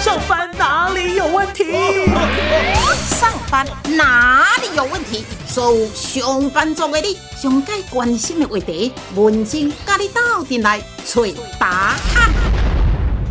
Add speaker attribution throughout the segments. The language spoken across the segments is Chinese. Speaker 1: 上班哪里有问题？
Speaker 2: 上班哪里有问题？所有上班族的你，上该关心的话题，文静甲你斗阵来找答案。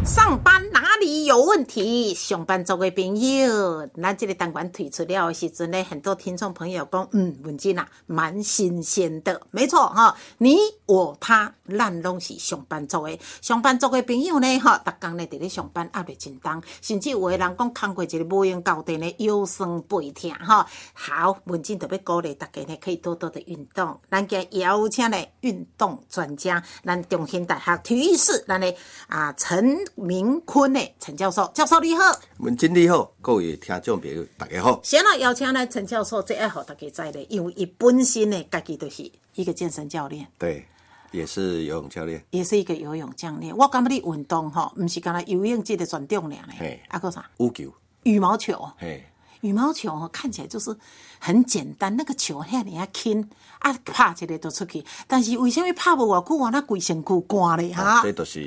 Speaker 2: 上班哪里有问题？上班族的朋友，咱这个单元推出了的时阵呢，很多听众朋友讲，嗯，文静啊，蛮新鲜的，没错哈、你我他，咱拢是上班族的，上班族的朋友呢，哈、逐工呢伫咧上班压力真重，甚至有的人讲工过一个无闲到地呢，腰酸背痛哈、好，文静特别鼓励大家呢，可以多多的运动。咱今日邀请呢运动专家，咱中兴大学体育室，咱的啊陈明坤的陈教授，教授你好。
Speaker 3: 文经理好，各位听众朋友，大家好。
Speaker 2: 先来邀请咱陈教授，这爱互大家知咧，因为伊本身呢，家己就是一个健身教练。
Speaker 3: 对，也是游泳教练。
Speaker 2: 也是一个游泳教练，我感觉你运动吼，毋是干那游泳这个专长俩嘞
Speaker 3: 嘿，
Speaker 2: 啊个啥
Speaker 3: 乌球，
Speaker 2: 羽毛球，
Speaker 3: 嘿，
Speaker 2: 羽毛球哦，看起来就是很简单，那个球遐尔啊轻，啊拍一个就出去。但是为什么拍无偌久，我那规身躯汗
Speaker 3: 哦
Speaker 2: 咧哈？
Speaker 3: 这都是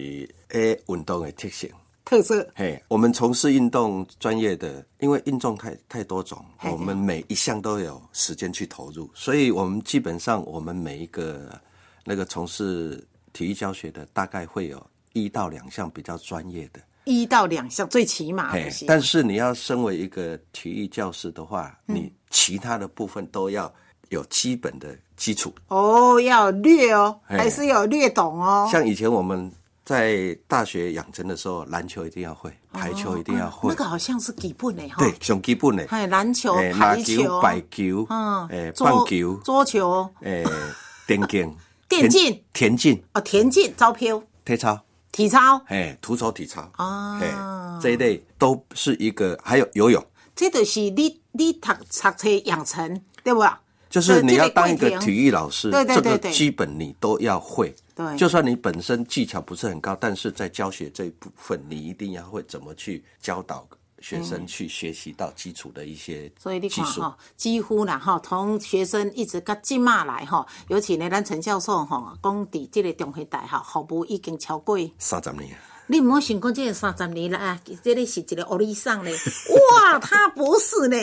Speaker 3: 诶运动的特性。
Speaker 2: 特色
Speaker 3: 嘿，我们从事运动专业的，因为运动太太多种，
Speaker 2: 嘿
Speaker 3: 我们每一项都有时间去投入，所以我们基本上我们每一个那个从事体育教学的，大概会有一到两项比较专业的。
Speaker 2: 一到两项最起码
Speaker 3: 嘿
Speaker 2: 啊不是，
Speaker 3: 但是你要身为一个体育教师的话，
Speaker 2: 嗯
Speaker 3: 你其他的部分都要有基本的基础。
Speaker 2: 哦，要略哦，
Speaker 3: 嘿
Speaker 2: 还是要略懂哦。
Speaker 3: 像以前我们在大学养成的时候，篮球一定要会，排球一定要会，
Speaker 2: 哦嗯那个好像是基本的哈
Speaker 3: 对，，上基本的。
Speaker 2: 还有篮球、
Speaker 3: 哎
Speaker 2: 排
Speaker 3: 篮球、排球，
Speaker 2: 嗯，
Speaker 3: 诶，
Speaker 2: 桌
Speaker 3: 棒球，
Speaker 2: 桌球、，
Speaker 3: 诶，电竞
Speaker 2: 电竞
Speaker 3: 田、田径、
Speaker 2: 哦，田径、招标、
Speaker 3: 体操，
Speaker 2: 体操，
Speaker 3: 哎，徒手体操，
Speaker 2: 啊
Speaker 3: 哎，这一类都是一个，还有游泳，
Speaker 2: 这就是你你读读册养成，对不？
Speaker 3: 就是你要当一
Speaker 2: 这
Speaker 3: 个
Speaker 2: 过程
Speaker 3: 体育老师，
Speaker 2: 对对对
Speaker 3: 这
Speaker 2: 对
Speaker 3: 个基本你都要会。
Speaker 2: 对
Speaker 3: 就算你本身技巧不是很高，但是在教学这一部分，你一定要会怎么去教导学生去学习到基础的一些
Speaker 2: 嗯所以你
Speaker 3: 技
Speaker 2: 看
Speaker 3: 术。
Speaker 2: 哈，几乎啦哈，从学生一直到即马来哈，尤其呢，咱陈教授吼，讲伫即个中学大学服务已经超过，
Speaker 3: 三十年，
Speaker 2: 你毋好想讲即个三十年啦，啊，即个是一个学历上 呢，哇，他不是呢，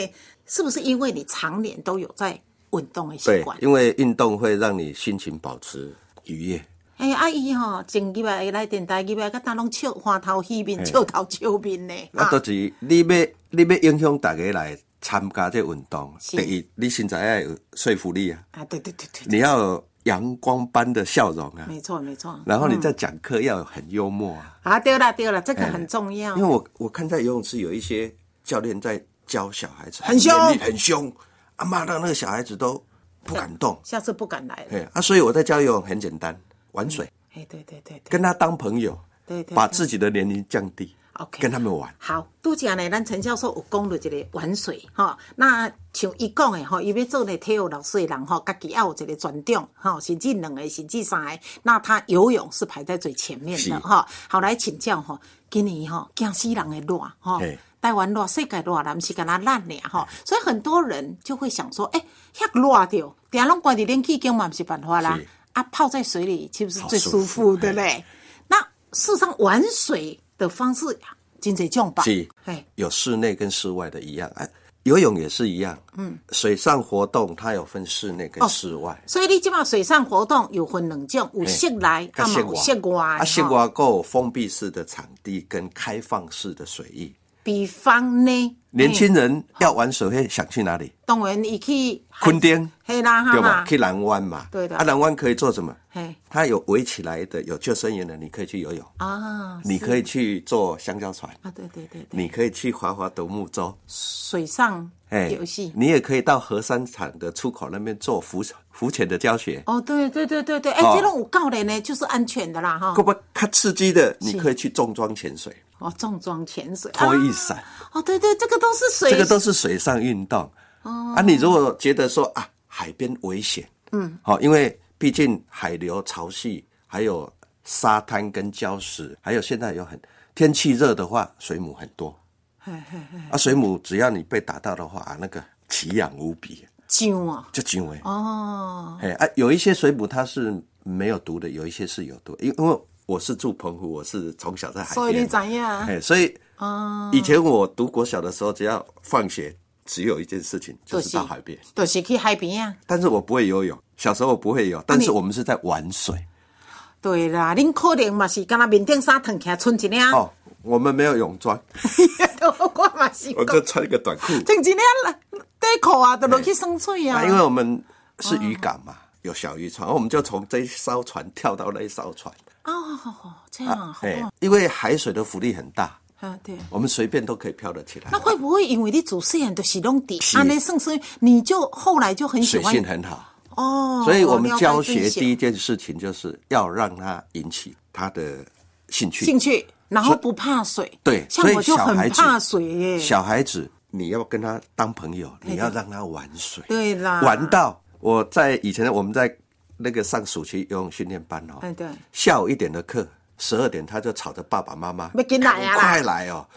Speaker 2: 是不是因为你常年都有在运动的习
Speaker 3: 对
Speaker 2: 惯，？
Speaker 3: 因为运动会让你心情保持愉悦。
Speaker 2: 哎、阿姨吼，前几摆来电台，几摆甲搭拢笑花头喜面，笑头笑面呢。啊
Speaker 3: 那啊都是你要你要影响大家来参加这运动。
Speaker 2: 是
Speaker 3: 第一，你身材要有说服力啊，
Speaker 2: 啊，对对对对，
Speaker 3: 你要有阳光般的笑容啊，
Speaker 2: 没错没错。
Speaker 3: 然后你在讲课要有很幽默啊。
Speaker 2: 啊，对了对了，这个很重要
Speaker 3: 因为。我我看在游泳池有一些教练在教小孩子，
Speaker 2: 很凶
Speaker 3: 严厉很凶，啊骂到那个小孩子都不敢动。
Speaker 2: 下次不敢来了。
Speaker 3: 哎啊，所以我在教游泳很简单，玩水，
Speaker 2: 哎，对对对对。
Speaker 3: 跟他当朋友，
Speaker 2: 对对对
Speaker 3: 把自己的年龄降低
Speaker 2: OK
Speaker 3: 跟他们玩。
Speaker 2: 好，拄则呢，咱陈教授有讲到一个玩水吼、那像伊讲的吼，伊、要做呢体育老师的人吼，家己要有一个专长吼，甚至两个，甚至三个，那他游泳是排在最前面
Speaker 3: 是
Speaker 2: 的吼、好来请教吼、今年吼惊死人的热吼、
Speaker 3: 嘿
Speaker 2: 台湾热，世界热啦，毋是干那咱俩吼，所以很多人就会想说，诶、遐热着，定拢关伫冷气间嘛，毋是办法啦
Speaker 3: 是。
Speaker 2: 啊，泡在水里是不是
Speaker 3: 好
Speaker 2: 最
Speaker 3: 舒
Speaker 2: 舒
Speaker 3: 服
Speaker 2: 服的
Speaker 3: 嘿
Speaker 2: 嘞？哎那事实上玩水的方式真侪种吧？哎
Speaker 3: 是
Speaker 2: 嘿，
Speaker 3: 有室内跟室外的一样，哎、游泳也是一样。嗯，水上活动它有分室内
Speaker 2: 哦
Speaker 3: 跟室外。
Speaker 2: 所以你即马水上活动有分两种，
Speaker 3: 哎
Speaker 2: 有室内，啊
Speaker 3: 跟
Speaker 2: 嘛哦有室外，
Speaker 3: 啊，室
Speaker 2: 吼。
Speaker 3: 外够封闭式的场地跟开放式的水域。
Speaker 2: 比方呢，
Speaker 3: 年轻
Speaker 2: 嘿
Speaker 3: 人要玩水会想去哪里？
Speaker 2: 当然伊去
Speaker 3: 昆汀
Speaker 2: 嘿啦啊哈
Speaker 3: 对吧？
Speaker 2: 嘛，
Speaker 3: 去蓝湾嘛，
Speaker 2: 对的
Speaker 3: 啊，蓝湾可以做什么？
Speaker 2: 嘿
Speaker 3: 它有围起来的，有救生员的，你可以去游泳，
Speaker 2: 啊，
Speaker 3: 你可以去坐香蕉船，
Speaker 2: 啊，对对对对，
Speaker 3: 你可以去划划独木舟，哎
Speaker 2: 水上游戏。
Speaker 3: 你也可以到河山场的出口那边做浮浮潜的教学。
Speaker 2: 哦，对对对对对，哎、
Speaker 3: 哦
Speaker 2: 这种有教练呢，就是安全的啦，哈
Speaker 3: 够。不看刺激的，你可以去重装潜水、
Speaker 2: 哦，重装潜水，
Speaker 3: 拖
Speaker 2: 啊
Speaker 3: 一伞，
Speaker 2: 哦，对对，这个都是水，
Speaker 3: 这个都是水上运动。
Speaker 2: 哦
Speaker 3: 啊，你如果觉得说啊，海边危险，嗯，好，因为毕竟海流、潮汐，还有沙滩跟礁石，还有现在有很天气热的话，水母很多。啊，水母只要你被打到的话，啊，那个奇痒无比，
Speaker 2: 上啊，
Speaker 3: 就惊为。
Speaker 2: 哦，
Speaker 3: 哎啊，有一些水母它是没有毒的，有一些是有毒，因因为我是住澎湖，我是从小在海边，
Speaker 2: 所以你知影啊
Speaker 3: 哎，所以哦，以前我读国小的时候，只要放学只有一件事情，就
Speaker 2: 就是
Speaker 3: 到海边。
Speaker 2: 就是去海边啊。
Speaker 3: 但是我不会游泳，小时候我不会游，但是我们是在玩水。
Speaker 2: 对啦，恁可能嘛是敢若面顶衫脱起来，剩一领，
Speaker 3: 哦，我们没有泳装，
Speaker 2: 我嘛是
Speaker 3: 我
Speaker 2: 讲，
Speaker 3: 就穿一个短裤。
Speaker 2: 剩一领啦短裤啊，就落去耍水啊
Speaker 3: 啊，。因为我们是渔港嘛，有小渔船，我们就从这一艘船跳到那一艘船。
Speaker 2: 哦，这样啊，好
Speaker 3: 哎
Speaker 2: 啊，
Speaker 3: 因为海水的浮力很大，
Speaker 2: 啊对。
Speaker 3: 我们随便都可以飘得起来
Speaker 2: 那。会不会因为你主持人就是拢底，
Speaker 3: 是
Speaker 2: 安尼算算，你就后来就很喜
Speaker 3: 水
Speaker 2: 欢
Speaker 3: 性很好，
Speaker 2: 哦。
Speaker 3: 所以我们教学第
Speaker 2: 低
Speaker 3: 一件事情就是要让他引起他的兴趣。
Speaker 2: 兴趣，然后
Speaker 3: 所以
Speaker 2: 不怕水。
Speaker 3: 对，
Speaker 2: 像
Speaker 3: 所以
Speaker 2: 我就
Speaker 3: 小孩
Speaker 2: 很
Speaker 3: 子
Speaker 2: 怕水耶。
Speaker 3: 小孩子，你要跟他当朋友，你要让他玩水。
Speaker 2: 对啊啦
Speaker 3: 玩到我在以前我们在那个上暑期游泳训练班哦，
Speaker 2: 哎对，
Speaker 3: 下午一点的课，十二点他就吵着爸爸妈妈
Speaker 2: 要进来啊啦
Speaker 3: 赶快来哦，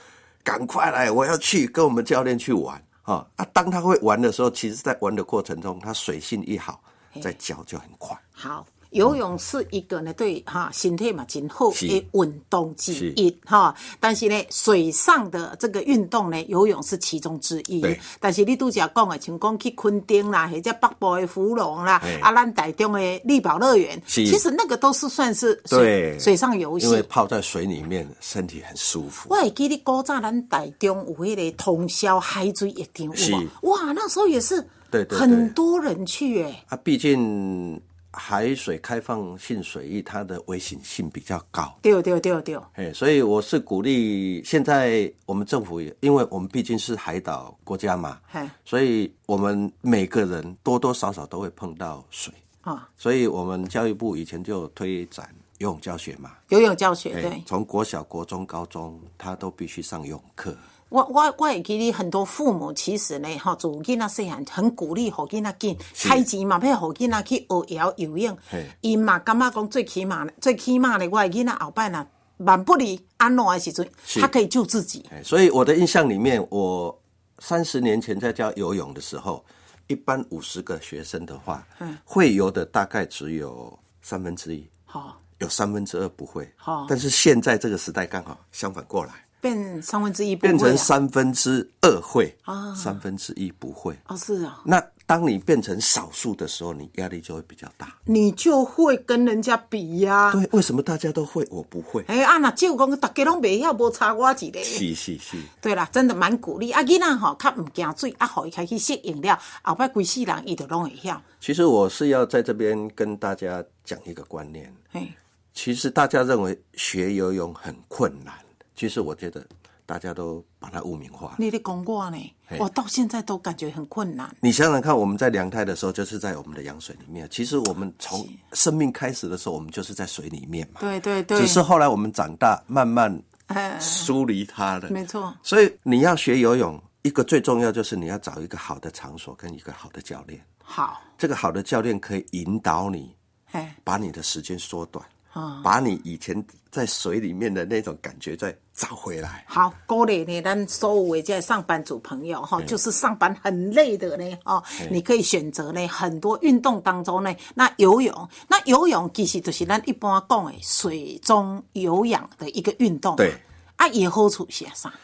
Speaker 3: 赶快来，我要去跟我们教练去玩哦。啊，当他会玩的时候，其实在玩的过程中，他水性一好，再教就很快。
Speaker 2: 好，游泳是一个呢对哈、身体嘛真好
Speaker 3: 是
Speaker 2: 的运动之一哈、但是呢，水上的这个运动呢，游泳是其中之一
Speaker 3: 对。
Speaker 2: 但是你拄则讲的，像讲去垦丁啦，或者北部的芙蓉啦
Speaker 3: 嘿，
Speaker 2: 啊，咱台中的力宝乐园，
Speaker 3: 哎是
Speaker 2: 其实那个都是算是水
Speaker 3: 对，
Speaker 2: 水上游戏
Speaker 3: 因。为泡在水里面，身体很舒服
Speaker 2: 我。会记得古早咱台中有迄个通宵海水浴场有
Speaker 3: 是
Speaker 2: 无？哇，那时候也是
Speaker 3: 对对对
Speaker 2: 很多人去耶、
Speaker 3: 啊，毕竟海水开放性水域，它的危险性比较高。
Speaker 2: 对对对对，
Speaker 3: 哎，所以我是鼓励现在我们政府也，因为我们毕竟是海岛国家嘛
Speaker 2: 嘿，
Speaker 3: 所以我们每个人多多少少都会碰到水，
Speaker 2: 啊，
Speaker 3: 所以我们教育部以前就推展游泳教学嘛，
Speaker 2: 游泳教学
Speaker 3: 哎
Speaker 2: 对。
Speaker 3: 从国小、国中、高中，他都必须上游泳课。
Speaker 2: 我我我会记得很多父母其实呢，吼，自囡仔细汉很鼓励，互囡仔紧开钱嘛，要互囡仔去学晓游泳
Speaker 3: 嘿。
Speaker 2: 因嘛感觉讲最起码，最起码呢，我的囡仔后摆若万不利安怎的时阵，
Speaker 3: 是
Speaker 2: 他可以救自己。
Speaker 3: 哎，所以我的印象里面，我三十年前在教游泳的时候，一般五十个学生的话，
Speaker 2: 嗯
Speaker 3: 会游的大概只有三分之一，
Speaker 2: 吼、
Speaker 3: 有三分之二不会。
Speaker 2: 哦
Speaker 3: 但是现在这个时代刚好相反过来，
Speaker 2: 变三分之一不
Speaker 3: 变
Speaker 2: 会
Speaker 3: 成
Speaker 2: 啊。
Speaker 3: 三分之二会，三分之一不会。
Speaker 2: 哦，是啊，
Speaker 3: 那当你变成少数的时候，你压力就会比较大。
Speaker 2: 你就会跟人家比呀、啊。
Speaker 3: 对，为什么大家都会，我不会？
Speaker 2: 哎、啊，若只有讲大家拢袂晓，无差我一个。
Speaker 3: 是是是。
Speaker 2: 对啦，真的蛮鼓励啊！囡仔吼，较毋惊水，啊，互伊开始适应了，后摆规世人伊就拢会晓。
Speaker 3: 其实我是要在这边跟大家讲一个观念，
Speaker 2: 嘿，
Speaker 3: 其实大家认为学游泳很困难，其实我觉得大家都把它污名化了。
Speaker 2: 你咧讲我呢
Speaker 3: 嘿，
Speaker 2: 我到现在都感觉很困难。
Speaker 3: 你想想看，我们在凉胎的时候，就是在我们的羊水里面。其实我们从生命开始的时候，我们就是在水里面嘛。
Speaker 2: 对对对，
Speaker 3: 只是后来我们长大，慢慢
Speaker 2: 哎
Speaker 3: 疏离它了。
Speaker 2: 没错。
Speaker 3: 所以你要学游泳，一个最重要就是你要找一个好的场所跟一个好的教练。
Speaker 2: 好，
Speaker 3: 这个好的教练可以引导你，
Speaker 2: 嘿，
Speaker 3: 把你的时间缩短，
Speaker 2: 啊
Speaker 3: 把你以前在水里面的那种感觉再找回来。
Speaker 2: 好，鼓励呢，咱所有的这些上班族朋友哈，就是上班很累的呢哦，你可以选择呢很多运动当中呢，那游泳，那游泳其实就是咱一般讲的水中有氧的一个运动嘛。
Speaker 3: 对
Speaker 2: 啊，也好处是啥？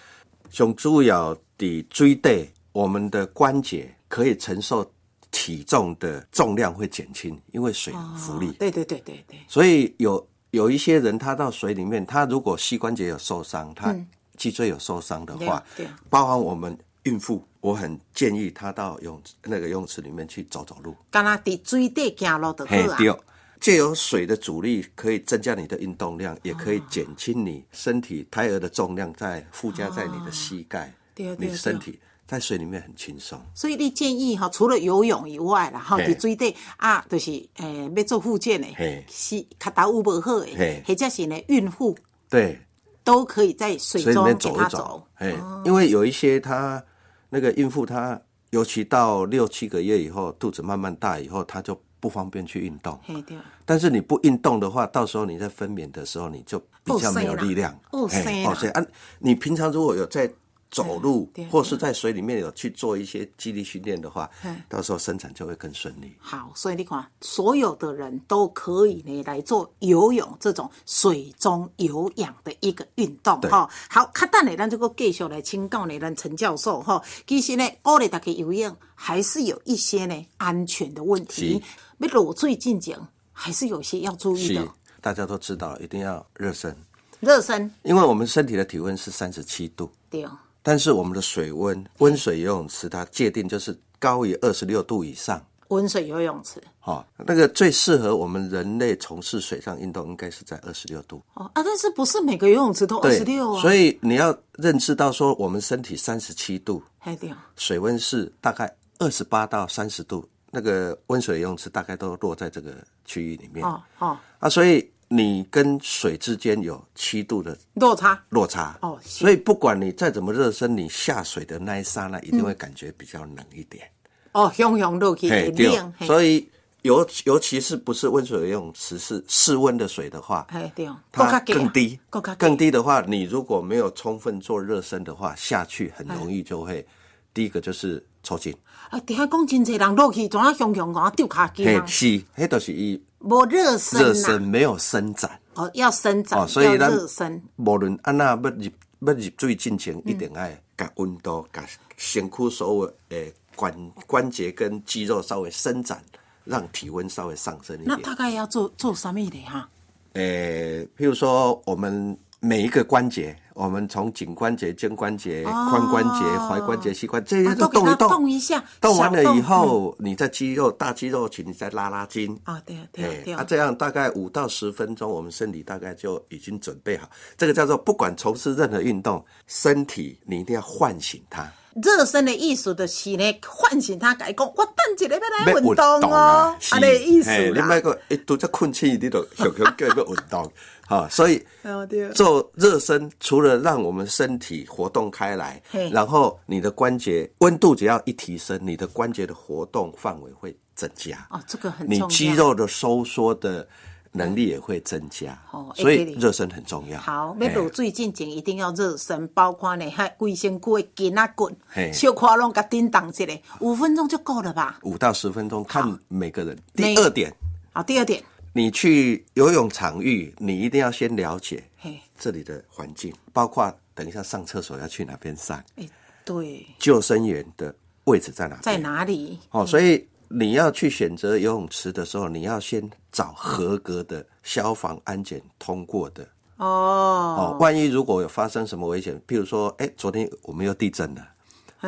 Speaker 3: 熊主要的椎底，我们的关节可以承受体重的重量会减轻，因为水的浮力。
Speaker 2: 哦对对对对对，
Speaker 3: 所以有有一些人，他到水里面，他如果膝关节有受伤，他脊椎有受伤的话，
Speaker 2: 嗯对对
Speaker 3: 包含我们孕妇，我很建议她到游泳池那个游泳池里面去走走路。
Speaker 2: 敢若伫水底行路就好
Speaker 3: 嘿，
Speaker 2: 啊。
Speaker 3: 对，借由水的阻力可以增加你的运动量，也可以减轻你身体胎儿的重量在附加在你的膝盖，
Speaker 2: 对对
Speaker 3: 你身体在水里面很轻松。
Speaker 2: 所以你建议哈，除了游泳以外啦，哈，
Speaker 3: 嘿
Speaker 2: 伫水底啊，就是诶、呃要做复健的
Speaker 3: 嘿，
Speaker 2: 是脚头有无好的
Speaker 3: 嘿，
Speaker 2: 或者是呢孕妇
Speaker 3: 对，
Speaker 2: 都可以在水
Speaker 3: 水里
Speaker 2: 中
Speaker 3: 面
Speaker 2: 给
Speaker 3: 走
Speaker 2: 她
Speaker 3: 一
Speaker 2: 走。哦
Speaker 3: 走，哎，因为有一些她那个孕妇她，尤其到六七个月以后，肚子慢慢大以后，她就不方便去运动。
Speaker 2: 嘿对，
Speaker 3: 但是你不运动的话，到时候你在分娩的时候，你就比较没有力量，哎
Speaker 2: 哦
Speaker 3: 嘿
Speaker 2: 塞啦
Speaker 3: 哦塞啊！你平常如果有在走
Speaker 1: 嗯
Speaker 3: 路
Speaker 1: 对对
Speaker 3: 或是在水里面有去做一些肌力训练的话
Speaker 1: 嗯，
Speaker 3: 到时候生产就会更顺利。
Speaker 2: 好，所以你看，所有的人都可以呢来做游泳这种水中有氧的一个运动
Speaker 3: 对
Speaker 2: 哈、好，较等下咱这个继续来请教呢，咱陈教授哈、其实呢，鼓励大家游泳还是有一些呢安全的问题，要裸醉进前还是有些要注意
Speaker 3: 是
Speaker 2: 的。，
Speaker 3: 大家都知道一定要热身，
Speaker 2: 热身
Speaker 3: 因为我们身体的体温是三十七度，
Speaker 2: 对哦，
Speaker 3: 但是我们的水温，温水游泳池它界定就是高于二十六度以上。
Speaker 2: 温水游泳池
Speaker 3: 哦，那个最适合我们人类从事水上运动，应该是在二十六度。
Speaker 2: 哦啊，但是不是每个游泳池都二十六啊？
Speaker 3: 所
Speaker 2: 以
Speaker 3: 以你要认知到说，我们身体三十七度，
Speaker 2: 哎对哦，
Speaker 3: 水温是大概二十八到三十度，那个温水游泳池大概都落在这个区域里面。
Speaker 2: 哦哦，
Speaker 3: 啊，所以你跟水之间有七度的
Speaker 2: 落差
Speaker 3: 落差。
Speaker 2: 哦是
Speaker 3: 所以不管你再怎么热身，你下水的那一刹那一定会感觉比较冷一点。
Speaker 2: 哦，汹涌落去会
Speaker 3: 嘿对哦
Speaker 2: 冷，，嘿
Speaker 3: 所以尤尤其是不是温水游泳池是室温的水的话，
Speaker 2: 哎对哦，
Speaker 3: 它
Speaker 2: 较
Speaker 3: 更低
Speaker 2: 更加，
Speaker 3: 更低的话，你如果没有充分做热身的话，下去很容易就会，第一个就是抽筋，
Speaker 2: 啊，听讲真侪人落去，怎啊雄雄我丢卡机
Speaker 3: 嘿
Speaker 2: 啊，
Speaker 3: 是，嘿都是一
Speaker 2: 无热身
Speaker 3: 热
Speaker 2: 呐、
Speaker 3: 身没有伸展
Speaker 2: 哦，要伸展，
Speaker 3: 哦，所以
Speaker 2: 要
Speaker 3: 咱
Speaker 2: 热身，
Speaker 3: 无论安那要入要入水进前，一定爱甲温度、甲身躯所有诶关关节跟肌肉稍微伸展，让体温稍微上升一
Speaker 2: 那
Speaker 3: 点。
Speaker 2: 大概要做做啥物的哈？
Speaker 3: 诶，呃譬如说我们每一个关节，我们从颈关节、肩关节、髋关节、踝关节、膝关节，这
Speaker 2: 啊
Speaker 3: 些
Speaker 2: 哦都
Speaker 3: 都
Speaker 2: 给
Speaker 3: 动
Speaker 2: 它
Speaker 3: 一动，
Speaker 2: 动一下
Speaker 3: 动完
Speaker 2: 小
Speaker 3: 了
Speaker 2: 动嗯
Speaker 3: 以后，你在肌肉大肌肉群，你再拉拉筋。
Speaker 2: 啊，对啊，对啊
Speaker 3: 哎，，
Speaker 2: 对
Speaker 3: 那、啊、
Speaker 2: 啊，
Speaker 3: 这样大概五到十分钟，我们身体大概就已经准备好。这个叫做不管从事任何运动，身体你一定要唤醒它。
Speaker 2: 热身的意思就是呢，唤醒他，甲伊讲，我等一下要来
Speaker 3: 要
Speaker 2: 运动哦
Speaker 3: 啊，是
Speaker 2: 安尼的意思
Speaker 3: 嘿你
Speaker 2: 啦
Speaker 3: 莫。个一拄则困醒，你就想想叫伊要运动， 哈、所以
Speaker 2: 哦对
Speaker 3: 做热身除了让我们身体活动开来
Speaker 2: 嘿，
Speaker 3: 然后你的关节温度只要一提升，你的关节的活动范围会增加。
Speaker 2: 哦，这个很重
Speaker 3: 你
Speaker 2: 要。
Speaker 3: 肌肉的收缩的能力也会增加，
Speaker 2: 哦
Speaker 3: 所
Speaker 2: 会给你
Speaker 3: 以热身很重要。
Speaker 2: 好，
Speaker 3: 嘿
Speaker 2: 要落水进前一定要热身，包括呢，还规身躯的筋啊骨，
Speaker 3: 嘿
Speaker 2: 小可拢甲叮当一下，五分钟就够了吧？
Speaker 3: 五到十分钟，看每个人。
Speaker 2: 每
Speaker 3: 第二点，
Speaker 2: 好，哦第二点，
Speaker 3: 你去游泳场域，你一定要先了解
Speaker 2: 嘿，
Speaker 3: 这里的环境，包括等一下上厕所要去哪边上，
Speaker 2: 哎，对，
Speaker 3: 救生员的位置在哪边
Speaker 2: 在哪里？
Speaker 3: 哦，所以你要去选择游泳池的时候，你要先找合格的消防安检通过的
Speaker 2: 哦，
Speaker 3: 哦，万一如果有发生什么危险，譬如说，哎、昨天我们又地震了，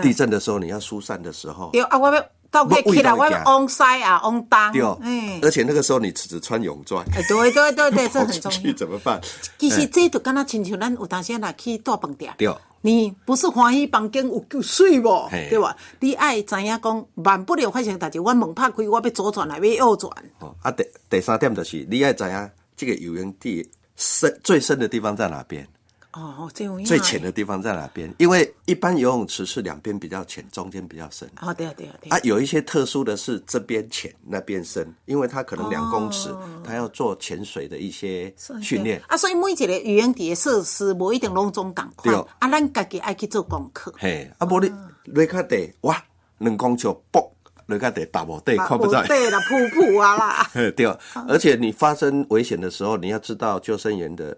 Speaker 3: 地震的时候你要疏散的时候，
Speaker 2: 对啊，我要到过去了，
Speaker 3: 要
Speaker 2: 我
Speaker 3: 为哪里
Speaker 2: 要
Speaker 3: 走
Speaker 2: 往西啊，往东，
Speaker 3: 对哦，
Speaker 2: 哎，
Speaker 3: 而且那个时候你只只穿泳装，
Speaker 2: 哎对对对 对，这
Speaker 3: 跑
Speaker 2: 很
Speaker 3: 出
Speaker 2: 重
Speaker 3: 去
Speaker 2: 要。
Speaker 3: 怎么办？
Speaker 2: 其实这就敢若亲像咱有当时来去大饭店，
Speaker 3: 对哦
Speaker 2: 你不是欢喜房间有够水无，
Speaker 3: 嘿
Speaker 2: 对吧？你爱知影讲，万不了发生代志，我门拍开，我要左转来，要右转，
Speaker 3: 哦，啊，第第三点就是你要怎样，这个游泳地深最深的地方在哪边，
Speaker 2: 哦，这样
Speaker 3: 最浅的地方在哪边？因为一般游泳池是两边比较浅，中间比较深。
Speaker 2: 哦，对啊对啊对
Speaker 3: 啊
Speaker 2: 啊，，
Speaker 3: 有一些特殊的是这边浅那边深，因为它可能两公尺，它要做潜水的一些训练。
Speaker 2: 啊，所以每一个语言的设施无一定拢总共款
Speaker 3: 对哦，
Speaker 2: 啊，咱家己爱去做功课。
Speaker 3: 嘿，啊，无你落较地，哇，两公尺卜落较地，打无地，看不
Speaker 2: 啊
Speaker 3: 在，
Speaker 2: 有。对啦，瀑布啊啦
Speaker 3: 嘿对，而且你发生危险的时候，你要知道救生员的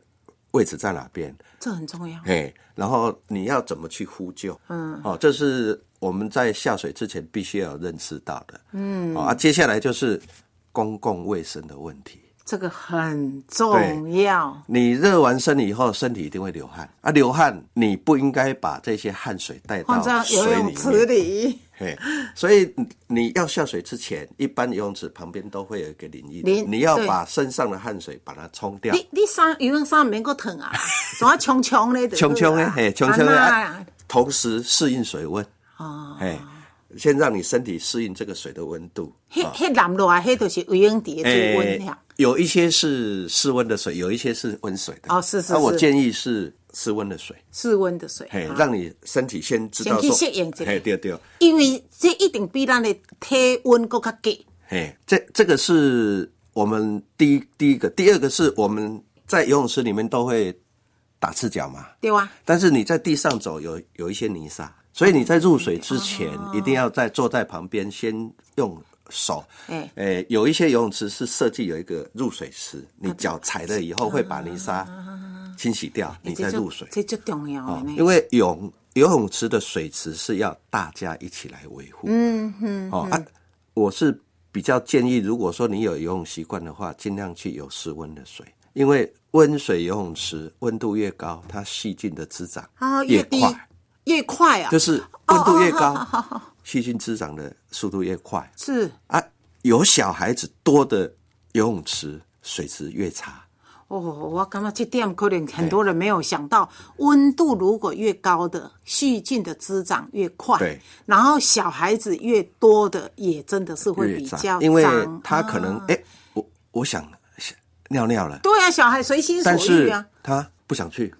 Speaker 3: 位置在哪边，
Speaker 2: 这很重要。
Speaker 3: 嘿，然后你要怎么去呼救，嗯，哦，这是我们在下水之前必须要有认识到的，嗯，哦、啊，接下来就是公共卫生的问题。
Speaker 2: 这个很重要。
Speaker 3: 你热完身以后，身体一定会流汗啊！流汗，你不应该把这些汗水带
Speaker 2: 放
Speaker 3: 到
Speaker 2: 在
Speaker 3: 哦水
Speaker 2: 游
Speaker 3: 里
Speaker 2: 泳
Speaker 3: 面。
Speaker 2: 池里，
Speaker 3: 嘿，所以你你要下水之前，一般游泳池旁边都会有一个淋浴，
Speaker 2: 淋
Speaker 3: 你要
Speaker 2: 对
Speaker 3: 把身上的汗水把它冲掉。
Speaker 2: 你你衫游泳衫免搁烫 啊，怎啊冲冲咧？
Speaker 3: 冲冲的，嘿，冲冲的，
Speaker 2: 啊
Speaker 3: 啊，同时适应水温，
Speaker 2: 哦，
Speaker 3: 嘿，先让你身体适应这个水的温度。哦
Speaker 2: 迄迄淋落来，迄就是游泳池的水温了。
Speaker 3: 有一些是室温的水，有一些是温水的。
Speaker 2: 哦是是
Speaker 3: 那我
Speaker 2: 是
Speaker 3: 建议是室温的水，
Speaker 2: 室温的水，
Speaker 3: 嘿
Speaker 2: 啊，
Speaker 3: 让你身体先知道
Speaker 2: 先去
Speaker 3: 说
Speaker 2: 适应一下，
Speaker 3: 嘿，对对，
Speaker 2: 因为这一定比咱的体温搁较低。
Speaker 3: 嘿，这这个是我们第一第一个，第二个是我们在游泳池里面都会打赤脚嘛。
Speaker 2: 对啊，
Speaker 3: 但是你在地上走有有一些泥沙，所以你在入水之前一定要在坐在旁边先用手。
Speaker 2: 哎
Speaker 3: 诶，有一些游泳池是设计有一个入水池，你脚踩了以后会把泥沙清洗掉，你再
Speaker 2: 这就
Speaker 3: 入水。
Speaker 2: 这就重要的
Speaker 3: 哦
Speaker 2: 呢。，
Speaker 3: 因为泳游泳池的水池是要大家一起来维护。嗯嗯。哦啊，我是比较建议，如果说你有游泳习惯的话，尽量去有室温的水，因为温水游泳池温度越高，它细菌的滋长
Speaker 2: 啊，
Speaker 3: 越
Speaker 2: 越低哦
Speaker 3: 快，
Speaker 2: 越快啊
Speaker 3: 就，是温度越高，细菌滋长的速度越快。
Speaker 2: 是
Speaker 3: 啊，有小孩子多的游泳池水质越差。
Speaker 2: 哦，我感觉这点可能很多人没有想到，温度如果越高的，细菌的滋长越快，
Speaker 3: 对，
Speaker 2: 然后小孩子越多的，也真的是会
Speaker 3: 越
Speaker 2: 比较
Speaker 3: 脏，
Speaker 2: 脏，
Speaker 3: 因为他可能
Speaker 2: 啊
Speaker 3: 哎、我我想尿尿了，
Speaker 2: 对啊，小孩随心所
Speaker 3: 但
Speaker 2: 欲
Speaker 3: 是
Speaker 2: 啊，
Speaker 3: 他不想去，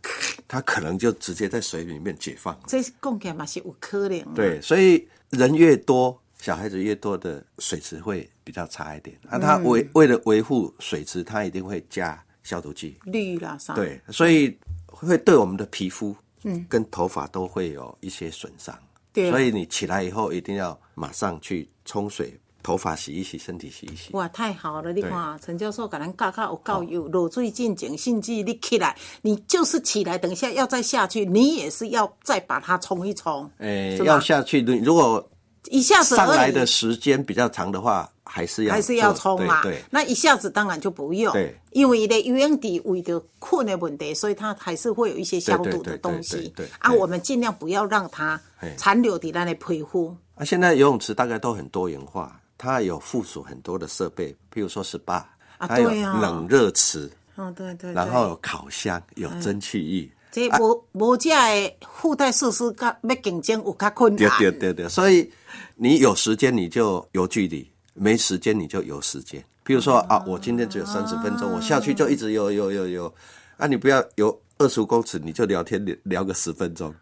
Speaker 3: 他可能就直接在水里面解放。
Speaker 2: 这讲起来嘛是有可能、啊，
Speaker 3: 对，所以人越多，小孩子越多的水质会比较差一点。啊，他
Speaker 2: 嗯
Speaker 3: 为为了维护水质，他一定会加消毒剂。
Speaker 2: 绿啦啥，，
Speaker 3: 对，所以会对我们的皮肤，嗯，跟头发都会有一些损伤。
Speaker 2: 对
Speaker 3: 所以你起来以后一定要马上去冲水，头发洗一洗，身体洗一洗。
Speaker 2: 哇，太好了！你看啊，陈教授给咱教教有教有落水进井，甚至你起来，你就是起来，等一下要再下去，你也是要再把它冲一冲，
Speaker 3: 诶、
Speaker 2: 是吧
Speaker 3: 要下去，你如果
Speaker 2: 一下子而已
Speaker 3: 上来的时间比较长的话，还是要
Speaker 2: 还是要
Speaker 3: 做
Speaker 2: 冲啊嘛。
Speaker 3: 对对
Speaker 2: 那一下子当然就不用，
Speaker 3: 对
Speaker 2: 因为呢，游泳池为了困的问题，所以它还是会有一些消毒的
Speaker 3: 对对对
Speaker 2: 东
Speaker 3: 对
Speaker 2: 西
Speaker 3: 对对
Speaker 2: 啊。
Speaker 3: 对
Speaker 2: 我们尽量不要让它
Speaker 3: 嘿
Speaker 2: 残留在咱的皮肤。
Speaker 3: 啊，现在游泳池大概都很多元化，它有附属很多的设备，譬如说 SPA，
Speaker 2: 啊
Speaker 3: 它有
Speaker 2: 对啊
Speaker 3: 冷热池，
Speaker 2: 哦，对对
Speaker 3: 然后有烤箱，有蒸汽浴。
Speaker 2: 这无无这的附带设施，甲要竞争有较困
Speaker 3: 对
Speaker 2: 难。
Speaker 3: 对对对，所以你有时间你就有距离，没时间你就有时间。譬如说
Speaker 2: 嗯
Speaker 3: 啊，我今天只有三十分钟，我下去就一直游游游游，啊，你不要游二十公尺，你就聊天聊聊个十分钟，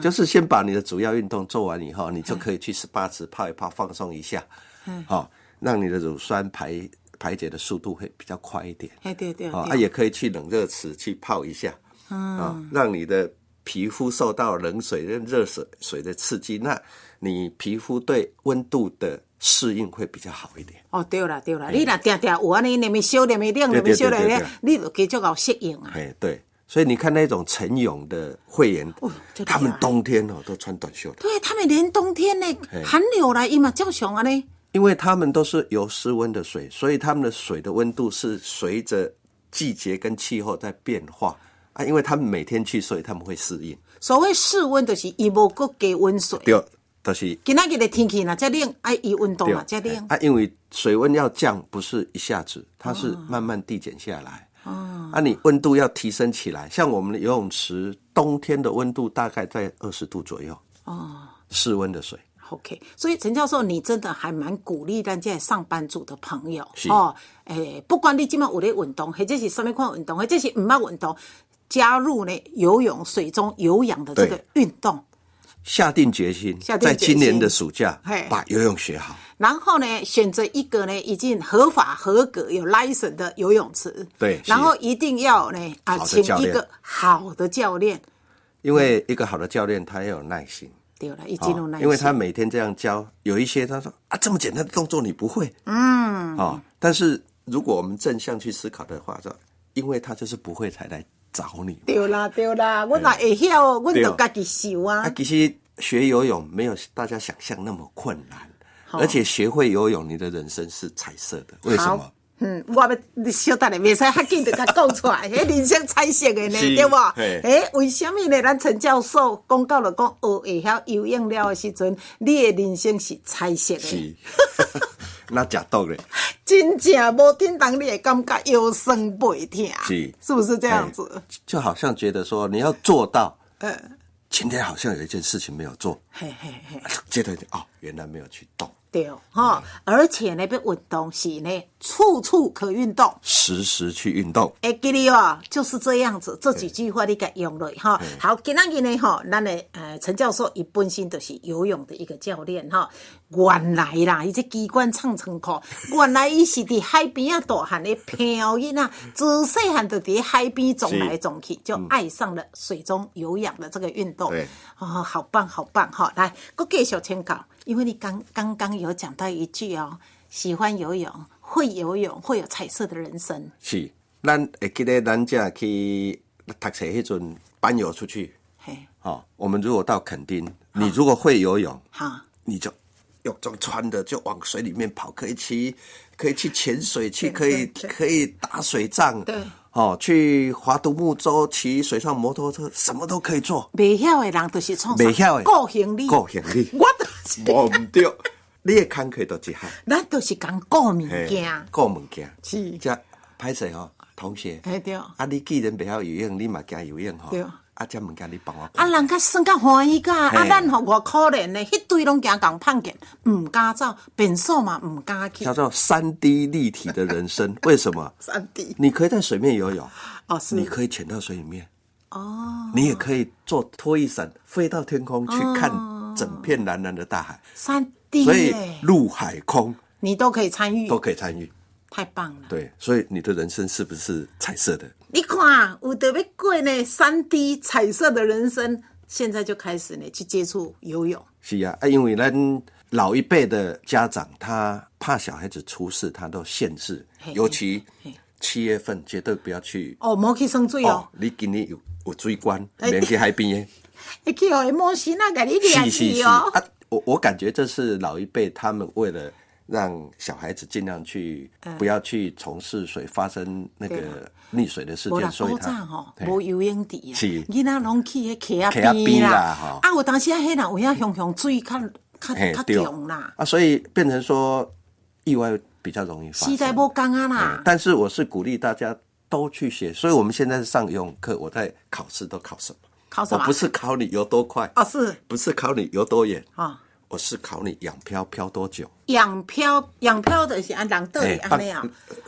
Speaker 3: 就是先把你的主要运动做完以后，你就可以
Speaker 2: 嗯
Speaker 3: 去 SPA 池泡一泡，放松一下，好、让你的乳酸排排解的速度会比较快一点。
Speaker 2: 嘿对对对，
Speaker 3: 啊，啊也可以去冷热池去泡一下，
Speaker 2: 嗯
Speaker 3: 啊，让你的皮肤受到冷水跟热水水的刺激，那你皮肤对温度的适应会比较好一点。
Speaker 2: 哦，对啦对啦，你若定定有安尼，那么小，那么亮，那
Speaker 3: 哎对
Speaker 2: 么
Speaker 3: 对
Speaker 2: 小
Speaker 3: 对对
Speaker 2: 咧
Speaker 3: 对，
Speaker 2: 你就加足够适应啊。
Speaker 3: 哎，对，所以你看那种晨泳的会员
Speaker 2: 哦这，
Speaker 3: 他们
Speaker 2: 厉害
Speaker 3: 冬天哦都穿短袖的，
Speaker 2: 对他们连冬天呢
Speaker 3: 嘿
Speaker 2: 寒流来，伊嘛照常安尼。
Speaker 3: 因为他们都是由湿温的水，所以他们的水的温度是随着季节跟气候在变化啊。因为他们每天去，所以他们会适应。
Speaker 2: 所谓室温，就是伊无搁加温水。
Speaker 3: 对，哦就是
Speaker 2: 今仔日的天气若遮冷，爱伊运动
Speaker 3: 对
Speaker 2: 嘛遮冷。
Speaker 3: 啊，因为水温要降，不是一下子，它是慢慢递减下来。哦，啊，你温度要提升起来。像我们的游泳池，冬天的温度大概在二十度左右。哦，室温的水。
Speaker 2: OK，所以陈教授，你真的还蛮鼓励咱这些上班族的朋友
Speaker 3: 是
Speaker 2: 哦。诶、不管你今麦有咧运动，或者是什么款运动，或者是唔捌运动，加入呢游泳、水中有氧的这个运动，
Speaker 3: 下定决心，
Speaker 2: 下定
Speaker 3: 在
Speaker 2: 决
Speaker 3: 今年的
Speaker 2: 心
Speaker 3: 暑假
Speaker 2: 嘿
Speaker 3: 把游泳学好。
Speaker 2: 然后呢，选择一个呢已经合法合格有 license 的游泳池，
Speaker 3: 对是
Speaker 2: 然后一定要呢啊，
Speaker 3: 好的
Speaker 2: 请
Speaker 3: 教
Speaker 2: 一
Speaker 3: 练
Speaker 2: 个好的教练，
Speaker 3: 因为一个好的教练，他要有耐心。哦
Speaker 2: 对了，一进入那一
Speaker 3: 因为
Speaker 2: 些
Speaker 3: 他每天这样教，有一些他说啊，这么简单的动作你不会，嗯，啊、但是如果我们正向去思考的话，说，因为他就是不会才来找你嘛，
Speaker 2: 对啦对啦，我若会晓，哦我就家己修啊
Speaker 3: 啊，。其实学游泳没有大家想象那么困难，而且学会游泳，你的人生是彩色的。为什么
Speaker 2: 好？嗯，我要你小等下，袂使较紧就甲讲出 来，迄人生彩色的呢，
Speaker 3: 是
Speaker 2: 对无？
Speaker 3: 嘿
Speaker 2: 诶，为什么呢？咱陈教授讲到了讲学会晓游泳了的时阵，你的人生是彩色的，
Speaker 3: 是， 那假豆嘞，
Speaker 2: 真正无叮当，你会感觉腰酸背痛，
Speaker 3: 是
Speaker 2: 是不是 这样子？
Speaker 3: 哎就好像觉得说你要做到，
Speaker 2: 嗯，
Speaker 3: 今天好像有一件事情没有做，
Speaker 2: 嘿嘿嘿，
Speaker 3: 接着就哦，原来没有去动，
Speaker 2: 对，哈，而且呢，要运动是呢，处处可运动。
Speaker 3: 时时去运动。
Speaker 2: 哎，记得哦，就是这样子，这几句话你给用落哈。好，今仔日呢，哈，咱的呃陈教授，伊本身就是游泳的一个教练哈。原来啦，伊这机关唱仓库，原来伊是伫海边啊大汉的漂囡啊，自细汉就伫海边走来走去，就爱上了水中有氧的这个运动。
Speaker 3: 对，
Speaker 2: 哦，好棒，好棒哈、来，我继续请教，因为你刚刚刚有讲到一句哦，喜欢游泳，会游泳，会有彩色的人生。
Speaker 3: 是，咱会记得咱这去读册迄阵班游出去，
Speaker 2: 嘿，
Speaker 3: 哦，我们如果到垦丁，你如果会游泳，
Speaker 2: 好，
Speaker 3: 你就泳装穿的就往水里面跑，可以去可以去潜水去，可以
Speaker 2: 对对
Speaker 3: 可以打水仗，
Speaker 2: 对，
Speaker 3: 哦，去划独木舟、骑水上摩托车，什么都可以做。
Speaker 2: 未晓的人就是创啥
Speaker 3: 袂晓的
Speaker 2: 顾行李，
Speaker 3: 顾行 李
Speaker 2: 我就是，
Speaker 3: 无毋对，你的工课就一项，
Speaker 2: 咱就是讲顾物
Speaker 3: 嘿
Speaker 2: 件，
Speaker 3: 顾物件，
Speaker 2: 是
Speaker 3: 这歹势吼，同学，
Speaker 2: 哎对
Speaker 3: 啊，你既然袂晓游泳，你嘛惊游泳吼，
Speaker 2: 对
Speaker 3: 啊，这物件你帮我看，
Speaker 2: 啊，人较算较欢喜噶，啊，
Speaker 3: 嘿
Speaker 2: 咱吼偌可怜的，迄堆拢惊共碰见，毋敢走，便所嘛毋敢去
Speaker 3: 叫，做三 D 立体的人生，为什么？
Speaker 2: 三 D
Speaker 3: 你可以在水面游泳，
Speaker 2: 哦是
Speaker 3: 你可以潜到水里面，
Speaker 2: 哦，
Speaker 3: 你也可以做拖一伞飞到天空去看整片蓝蓝的大
Speaker 2: 哦
Speaker 3: 海，
Speaker 2: 三 D
Speaker 3: 所以
Speaker 2: 耶，
Speaker 3: 陆海空
Speaker 2: 你都可以参与
Speaker 3: 都，可以参与。
Speaker 2: 太棒了。
Speaker 3: 对，所以你的人生是不是彩色的？
Speaker 2: 你看，有特别过呢，三 D 彩色的人生，现在就开始呢去接触游泳，
Speaker 3: 是啊，啊，因为咱老一辈的家长，他怕小孩子出事，他都限制
Speaker 2: 嘿，
Speaker 3: 尤其
Speaker 2: 嘿
Speaker 3: 七月份绝对不要去
Speaker 2: 哦，莫去生水哦
Speaker 3: 哦。。你今年有有水关，
Speaker 2: 哎
Speaker 3: 免去海边
Speaker 2: 会去互伊摸神啊，甲你
Speaker 3: 的，
Speaker 2: 掠去哦。
Speaker 3: 啊，我我感觉这是老一辈他们为了让小孩子尽量去不要去从事水发生那
Speaker 2: 嗯对
Speaker 3: 个溺水的事
Speaker 2: 无
Speaker 3: 件，
Speaker 2: 啦，
Speaker 3: 所以
Speaker 2: 古早
Speaker 3: 他
Speaker 2: 吼
Speaker 3: 嘿
Speaker 2: 无游泳池啊，
Speaker 3: 是
Speaker 2: 囡仔拢去迄溪仔
Speaker 3: 溪仔
Speaker 2: 边
Speaker 3: 边
Speaker 2: 啦
Speaker 3: 啦吼。
Speaker 2: 啊，有当时啊，迄人有影熊熊水较较
Speaker 3: 嘿
Speaker 2: 较
Speaker 3: 对
Speaker 2: 强啦，
Speaker 3: 啊，所以变成说意外比较容易发生。
Speaker 2: 时代无共啊
Speaker 3: 哎
Speaker 2: 啦。
Speaker 3: 但是我是鼓励大家都去学，所以我们现在是上游泳课，我在考试都考什么？
Speaker 2: 考什么
Speaker 3: 我不是考你游多快，
Speaker 2: 啊哦，是
Speaker 3: 不是考你游多远，
Speaker 2: 哦，
Speaker 3: 我是考你仰漂漂多久。哎
Speaker 2: 养漂养漂就是按人倒去安尼啊，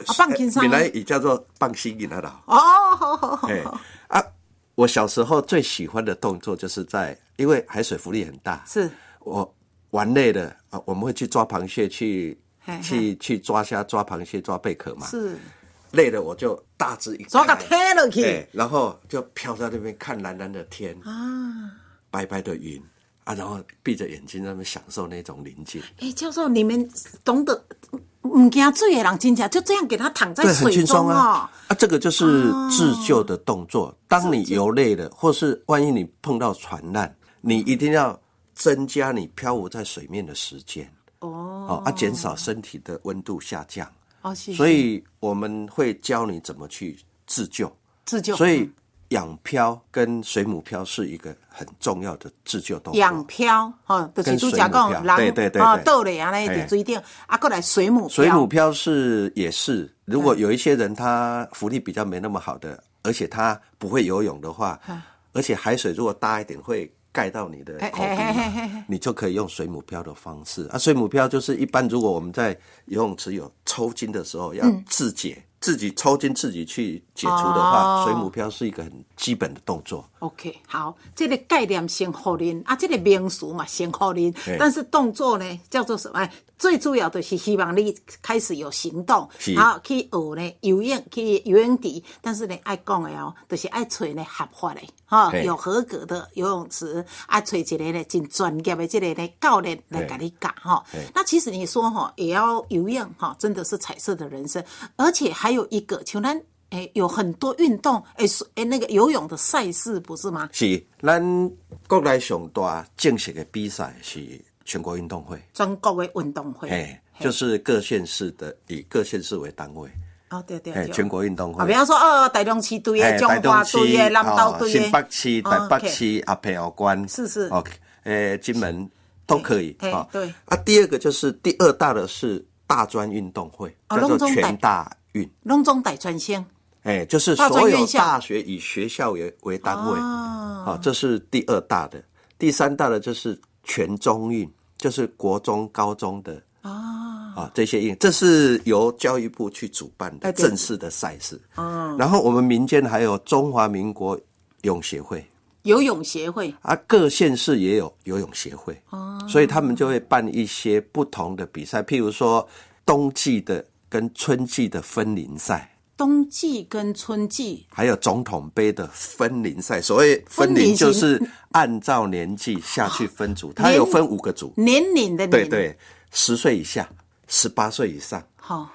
Speaker 2: 啊放轻松
Speaker 3: 本。来也叫做棒心引他老。
Speaker 2: 哦，好好 好
Speaker 3: 哎
Speaker 2: 好，
Speaker 3: 啊，我小时候最喜欢的动作就是在，因为海水浮力很大，
Speaker 2: 是
Speaker 3: 我玩累了啊，我们会去抓螃蟹，去
Speaker 2: 嘿嘿
Speaker 3: 去去抓虾、抓螃蟹、抓贝壳嘛。
Speaker 2: 是，
Speaker 3: 累了我就大只一块
Speaker 2: 抓个贴落
Speaker 3: 对
Speaker 2: 去，
Speaker 3: 然后就飘在那边看蓝蓝的天、
Speaker 2: 啊。
Speaker 3: 白白的云啊，然后闭着眼睛在那边享受那种宁静，
Speaker 2: 哎，教授，你们懂得嗯唔惊水的人，真正就这样给他躺在
Speaker 3: 对，很
Speaker 2: 水
Speaker 3: 轻松
Speaker 2: 中哦
Speaker 3: 啊。。啊，这个就是自救的动作。当你游累了，或是万一你碰到船难，你一定要增加你漂浮在水面的时间
Speaker 2: 哦，
Speaker 3: 哦，啊，减少身体的温度下降。
Speaker 2: 哦，是
Speaker 3: 所
Speaker 2: 以
Speaker 3: 以我们会教你怎么去自救。
Speaker 2: 自救，
Speaker 3: 所以仰漂跟水母漂是一个很重要的自救动作。
Speaker 2: 养漂，吼、哦就是
Speaker 3: 哦跟
Speaker 2: 拄
Speaker 3: 水
Speaker 2: 则
Speaker 3: 母
Speaker 2: 讲，
Speaker 3: 漂
Speaker 2: 人
Speaker 3: 对对对
Speaker 2: 哦
Speaker 3: 对
Speaker 2: 倒咧安尼
Speaker 3: 嘿
Speaker 2: 伫水顶，啊，过来水母漂，
Speaker 3: 水母漂是也是，
Speaker 2: 嗯
Speaker 3: 如果有一些人他浮力比较没那么好的，而且他不会游泳的话，而且海水如果大一点会盖到你的口鼻
Speaker 2: 嗯嘿嘿嘿嘿
Speaker 3: 嘛，你就可以用水母漂的方式啊。水母漂就是一般如果我们在游泳池有抽筋的时候要自解。自己抽筋，自己去解除的话，
Speaker 2: 嗯哦
Speaker 3: 水母漂是一个很基本的动作。
Speaker 2: OK，好，这个概念先互恁，啊，这个名词嘛先互恁
Speaker 3: 嘿，
Speaker 2: 但是动作呢叫做什么？哎最主要就是希望你开始有行动，
Speaker 3: 是
Speaker 2: 然后去学呢游泳，去游泳池。但是呢，爱讲的哦，就是爱找呢合法的，哈、
Speaker 3: 嘿
Speaker 2: 有合格的游泳池，啊，找一个呢真专业的这个呢教练来
Speaker 3: 嘿
Speaker 2: 给你教哈、
Speaker 3: 嘿
Speaker 2: 那其实你说哈、也要游泳哈、真的是彩色的人生，而且还有一个，像咱。诶，有很多运动，诶，水诶，那个游泳的赛事不是吗？
Speaker 3: 是咱国内上大正式的比赛是全国运动会。
Speaker 2: 全国的运动会，
Speaker 3: 哎，就是各县市的，以各县市为单位，
Speaker 2: 哦，对对
Speaker 3: 哎，
Speaker 2: 对，
Speaker 3: 全国运动
Speaker 2: 啊，比
Speaker 3: 会。
Speaker 2: 方说，哦，台中市队的、
Speaker 3: 哎
Speaker 2: 中
Speaker 3: 台
Speaker 2: 华
Speaker 3: 东市、
Speaker 2: 队的、南投
Speaker 3: 哦
Speaker 2: 队的，
Speaker 3: 新北市、
Speaker 2: 哦
Speaker 3: 台北
Speaker 2: OK
Speaker 3: 市、阿平遥关，
Speaker 2: 是是
Speaker 3: 哦，哎，金门都可以
Speaker 2: 哎哎
Speaker 3: 哦
Speaker 2: 对
Speaker 3: 啊，第二个就是第二大的是大专运动会，
Speaker 2: 哦
Speaker 3: 叫
Speaker 2: 拢
Speaker 3: 做
Speaker 2: 总
Speaker 3: 全
Speaker 2: 办
Speaker 3: 大运。
Speaker 2: 拢总大专生，
Speaker 3: 哎，就是
Speaker 2: 大专
Speaker 3: 所有
Speaker 2: 院校
Speaker 3: 大学以学校为为单位，
Speaker 2: 哦
Speaker 3: 啊好，这是第二大的。第三大的就是全中运，就是国中、高中的啊这些应，这是由教育部去主办
Speaker 2: 哎
Speaker 3: 的
Speaker 2: 对啊
Speaker 3: 正式的赛事。然后我们民间还有中华民国泳协会
Speaker 2: 游泳协会
Speaker 3: 啊，各县市也有游泳协会，
Speaker 2: 啊
Speaker 3: 所以他们就会办一些不同的比赛，譬如说冬季的跟春季的分龄赛。
Speaker 2: 冬季跟春季
Speaker 3: 还有总统杯的分龄赛，所谓
Speaker 2: 分
Speaker 3: 分
Speaker 2: 龄
Speaker 3: 龄
Speaker 2: 型
Speaker 3: 就是按照年纪下去分组，它有分五个组，
Speaker 2: 年龄的年，
Speaker 3: 对，对，十岁以下、十八岁以上、
Speaker 2: 好、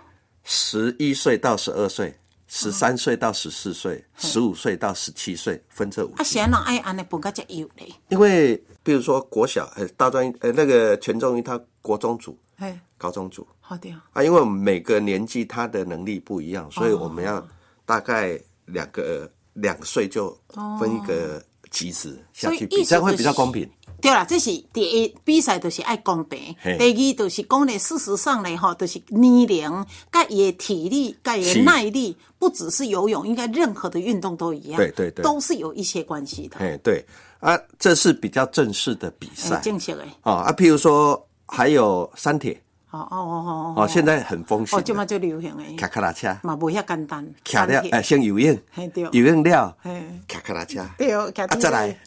Speaker 3: 十一岁到十二岁、十三岁到十四岁、十五岁到十七岁，分这五
Speaker 2: 哦啊，。谁人爱安尼分个只游嘞？
Speaker 3: 因为比如说国小、呃大专、呃那个权重于他国中组、
Speaker 2: 嘿，
Speaker 3: 高中组
Speaker 2: 好的，
Speaker 3: 啊，因为我们每个年纪他的能力不一样，所
Speaker 2: 哦
Speaker 3: 以我们要大概两个两岁就分一个级值
Speaker 2: 哦
Speaker 3: 下
Speaker 2: 所以
Speaker 3: 去
Speaker 2: 意思
Speaker 3: 比，这样会
Speaker 2: 就是
Speaker 3: 比较公平。
Speaker 2: 对啦，这是第一比赛，就是爱公平；
Speaker 3: 嘿
Speaker 2: 第二，就是讲咧，事实上咧，吼，就是年龄、甲伊的体力、甲伊的
Speaker 3: 是
Speaker 2: 耐力，不只是游泳，应该任何的运动都一样，
Speaker 3: 对对对
Speaker 2: 都是有一些关系的。
Speaker 3: 哎，对啊，这是比较正式的比赛
Speaker 2: 哎，。正式的，
Speaker 3: 哦啊，譬如说还有山铁
Speaker 2: 哦哦哦哦
Speaker 3: 哦，现在很风行
Speaker 2: 哦，，即嘛最流行
Speaker 3: 卡
Speaker 2: 的，
Speaker 3: 卡拉车，
Speaker 2: 嘛无遐简单，
Speaker 3: 卡
Speaker 2: 三
Speaker 3: 了
Speaker 2: 铁
Speaker 3: 哎，先游泳
Speaker 2: 嘿对，
Speaker 3: 游泳了
Speaker 2: 嘿，
Speaker 3: 卡卡拉车，
Speaker 2: 对
Speaker 3: 啊
Speaker 2: 骑脚踏车
Speaker 3: 再来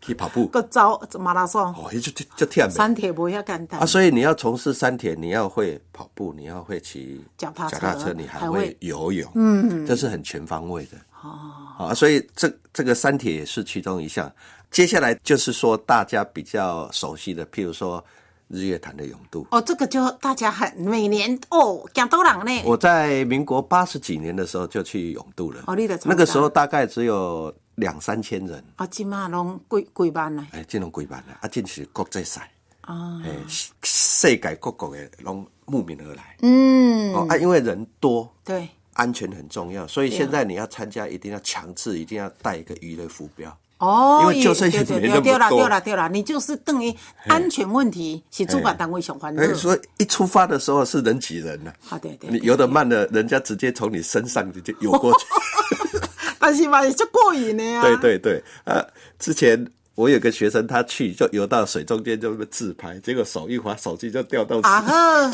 Speaker 3: 去跑步，
Speaker 2: 搁走马拉松，
Speaker 3: 哦，那就就就跳
Speaker 2: 山铁无遐简单
Speaker 3: 啊，。所以你要从事山铁，你要会跑步，你要会骑
Speaker 2: 脚踏车
Speaker 3: 车，你还
Speaker 2: 还
Speaker 3: 会
Speaker 2: 会
Speaker 3: 游泳，嗯，这是很全方位的。哦，啊，所以这这个山铁也是其中一项。接下来就是说大家比较熟悉的，譬如说日月潭的泳渡。
Speaker 2: 哦，这个就大家很每年哦，行多人呢。
Speaker 3: 我在民国八十几年的时候就去泳渡了，
Speaker 2: 哦你就参加
Speaker 3: 那个时候大概只有两三千人，
Speaker 2: 啊，即马拢几几万来，
Speaker 3: 哎，这种规版的啊，这是国际赛啊，哎，世世界各国的拢慕名而来，嗯，哦啊，因为人多，
Speaker 2: 对，
Speaker 3: 安全很重要，所以现在你要参加，一定要强制，一定要带一个娱乐浮标。
Speaker 2: 哦，
Speaker 3: 因为救生
Speaker 2: 对
Speaker 3: 员
Speaker 2: 对对
Speaker 3: 没那么
Speaker 2: 对啦
Speaker 3: 多
Speaker 2: 对啦对啦，你就是等于安全问题是主办单位上烦恼
Speaker 3: 哎、。所以一出发的时候是人挤人呐、
Speaker 2: 啊对嗯对
Speaker 3: 你
Speaker 2: 对，
Speaker 3: 游得慢了，人家直接从你身上直接游过去。
Speaker 2: 但是嘛也足过瘾的啊。
Speaker 3: 对对对，啊，之前我有个学生，他去就游到水中间就自拍，结果手一滑，手机就掉到水。
Speaker 2: 啊呵，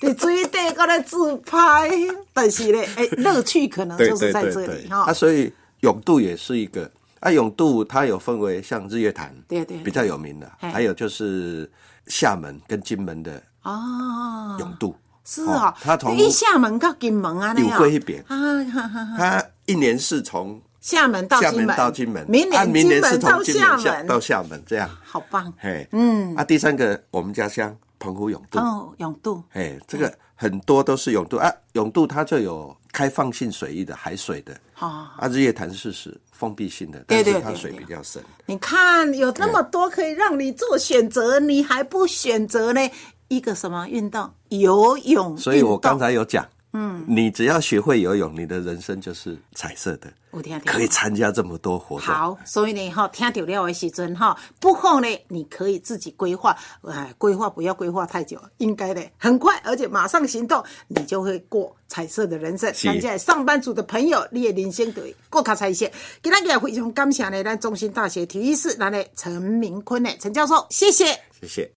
Speaker 2: 在水底搁咧自拍，但是 咧，哎，乐趣可能
Speaker 3: 对
Speaker 2: 就是
Speaker 3: 对
Speaker 2: 在
Speaker 3: 对
Speaker 2: 这
Speaker 3: 对
Speaker 2: 里，哈
Speaker 3: 啊，。所以泳渡也是一个。啊，泳渡它有分为像日月潭，
Speaker 2: 对对对
Speaker 3: 比较有名的，
Speaker 2: 嘿
Speaker 3: 还有就是厦门跟金门的
Speaker 2: 啊，
Speaker 3: 泳渡。
Speaker 2: 是哦，
Speaker 3: 它从
Speaker 2: 一厦门到金门啊，那
Speaker 3: 有
Speaker 2: 样
Speaker 3: 过一边，
Speaker 2: 啊，哈哈哈。
Speaker 3: 它一年是从
Speaker 2: 厦门到
Speaker 3: 厦
Speaker 2: 金
Speaker 3: 门
Speaker 2: 门，
Speaker 3: 到金门，
Speaker 2: 明
Speaker 3: 啊
Speaker 2: 年
Speaker 3: 明
Speaker 2: 金
Speaker 3: 年是
Speaker 2: 门到
Speaker 3: 从金
Speaker 2: 厦
Speaker 3: 门下
Speaker 2: 门，
Speaker 3: 到厦门这样，
Speaker 2: 好棒。
Speaker 3: 嘿，嗯，啊，第三个我们家乡澎湖泳渡，
Speaker 2: 哦，永渡
Speaker 3: 哎，这个很多都是泳渡啊，泳渡它就有开放性水域的海水的，
Speaker 2: 啊，
Speaker 3: 啊，日月潭是是封闭性的，
Speaker 2: 对
Speaker 3: 但
Speaker 2: 对
Speaker 3: 是它
Speaker 2: 对
Speaker 3: 水
Speaker 2: 对
Speaker 3: 比较深，
Speaker 2: 你看有那么多可以让你做选择，你还不选择呢？一个什么运动？游泳。
Speaker 3: 所以我刚
Speaker 2: 运
Speaker 3: 才有讲，嗯，你只要学会游泳，你的人生就是彩色的，
Speaker 2: 动我听听
Speaker 3: 可以参加这么多活动，
Speaker 2: 好，所以呢，哈，听到了的时阵，哈，不后呢，你可以自己规划，哎，规划不要规划太久，应该的，很快，而且马上行动，你就会过彩色的人生。
Speaker 3: 是
Speaker 2: 咱这上班族的朋友，你的人生就会过较彩色。今天也非常感谢呢，咱中兴大学体育室咱的陈明坤呢，陈教授，谢谢。
Speaker 3: 谢谢。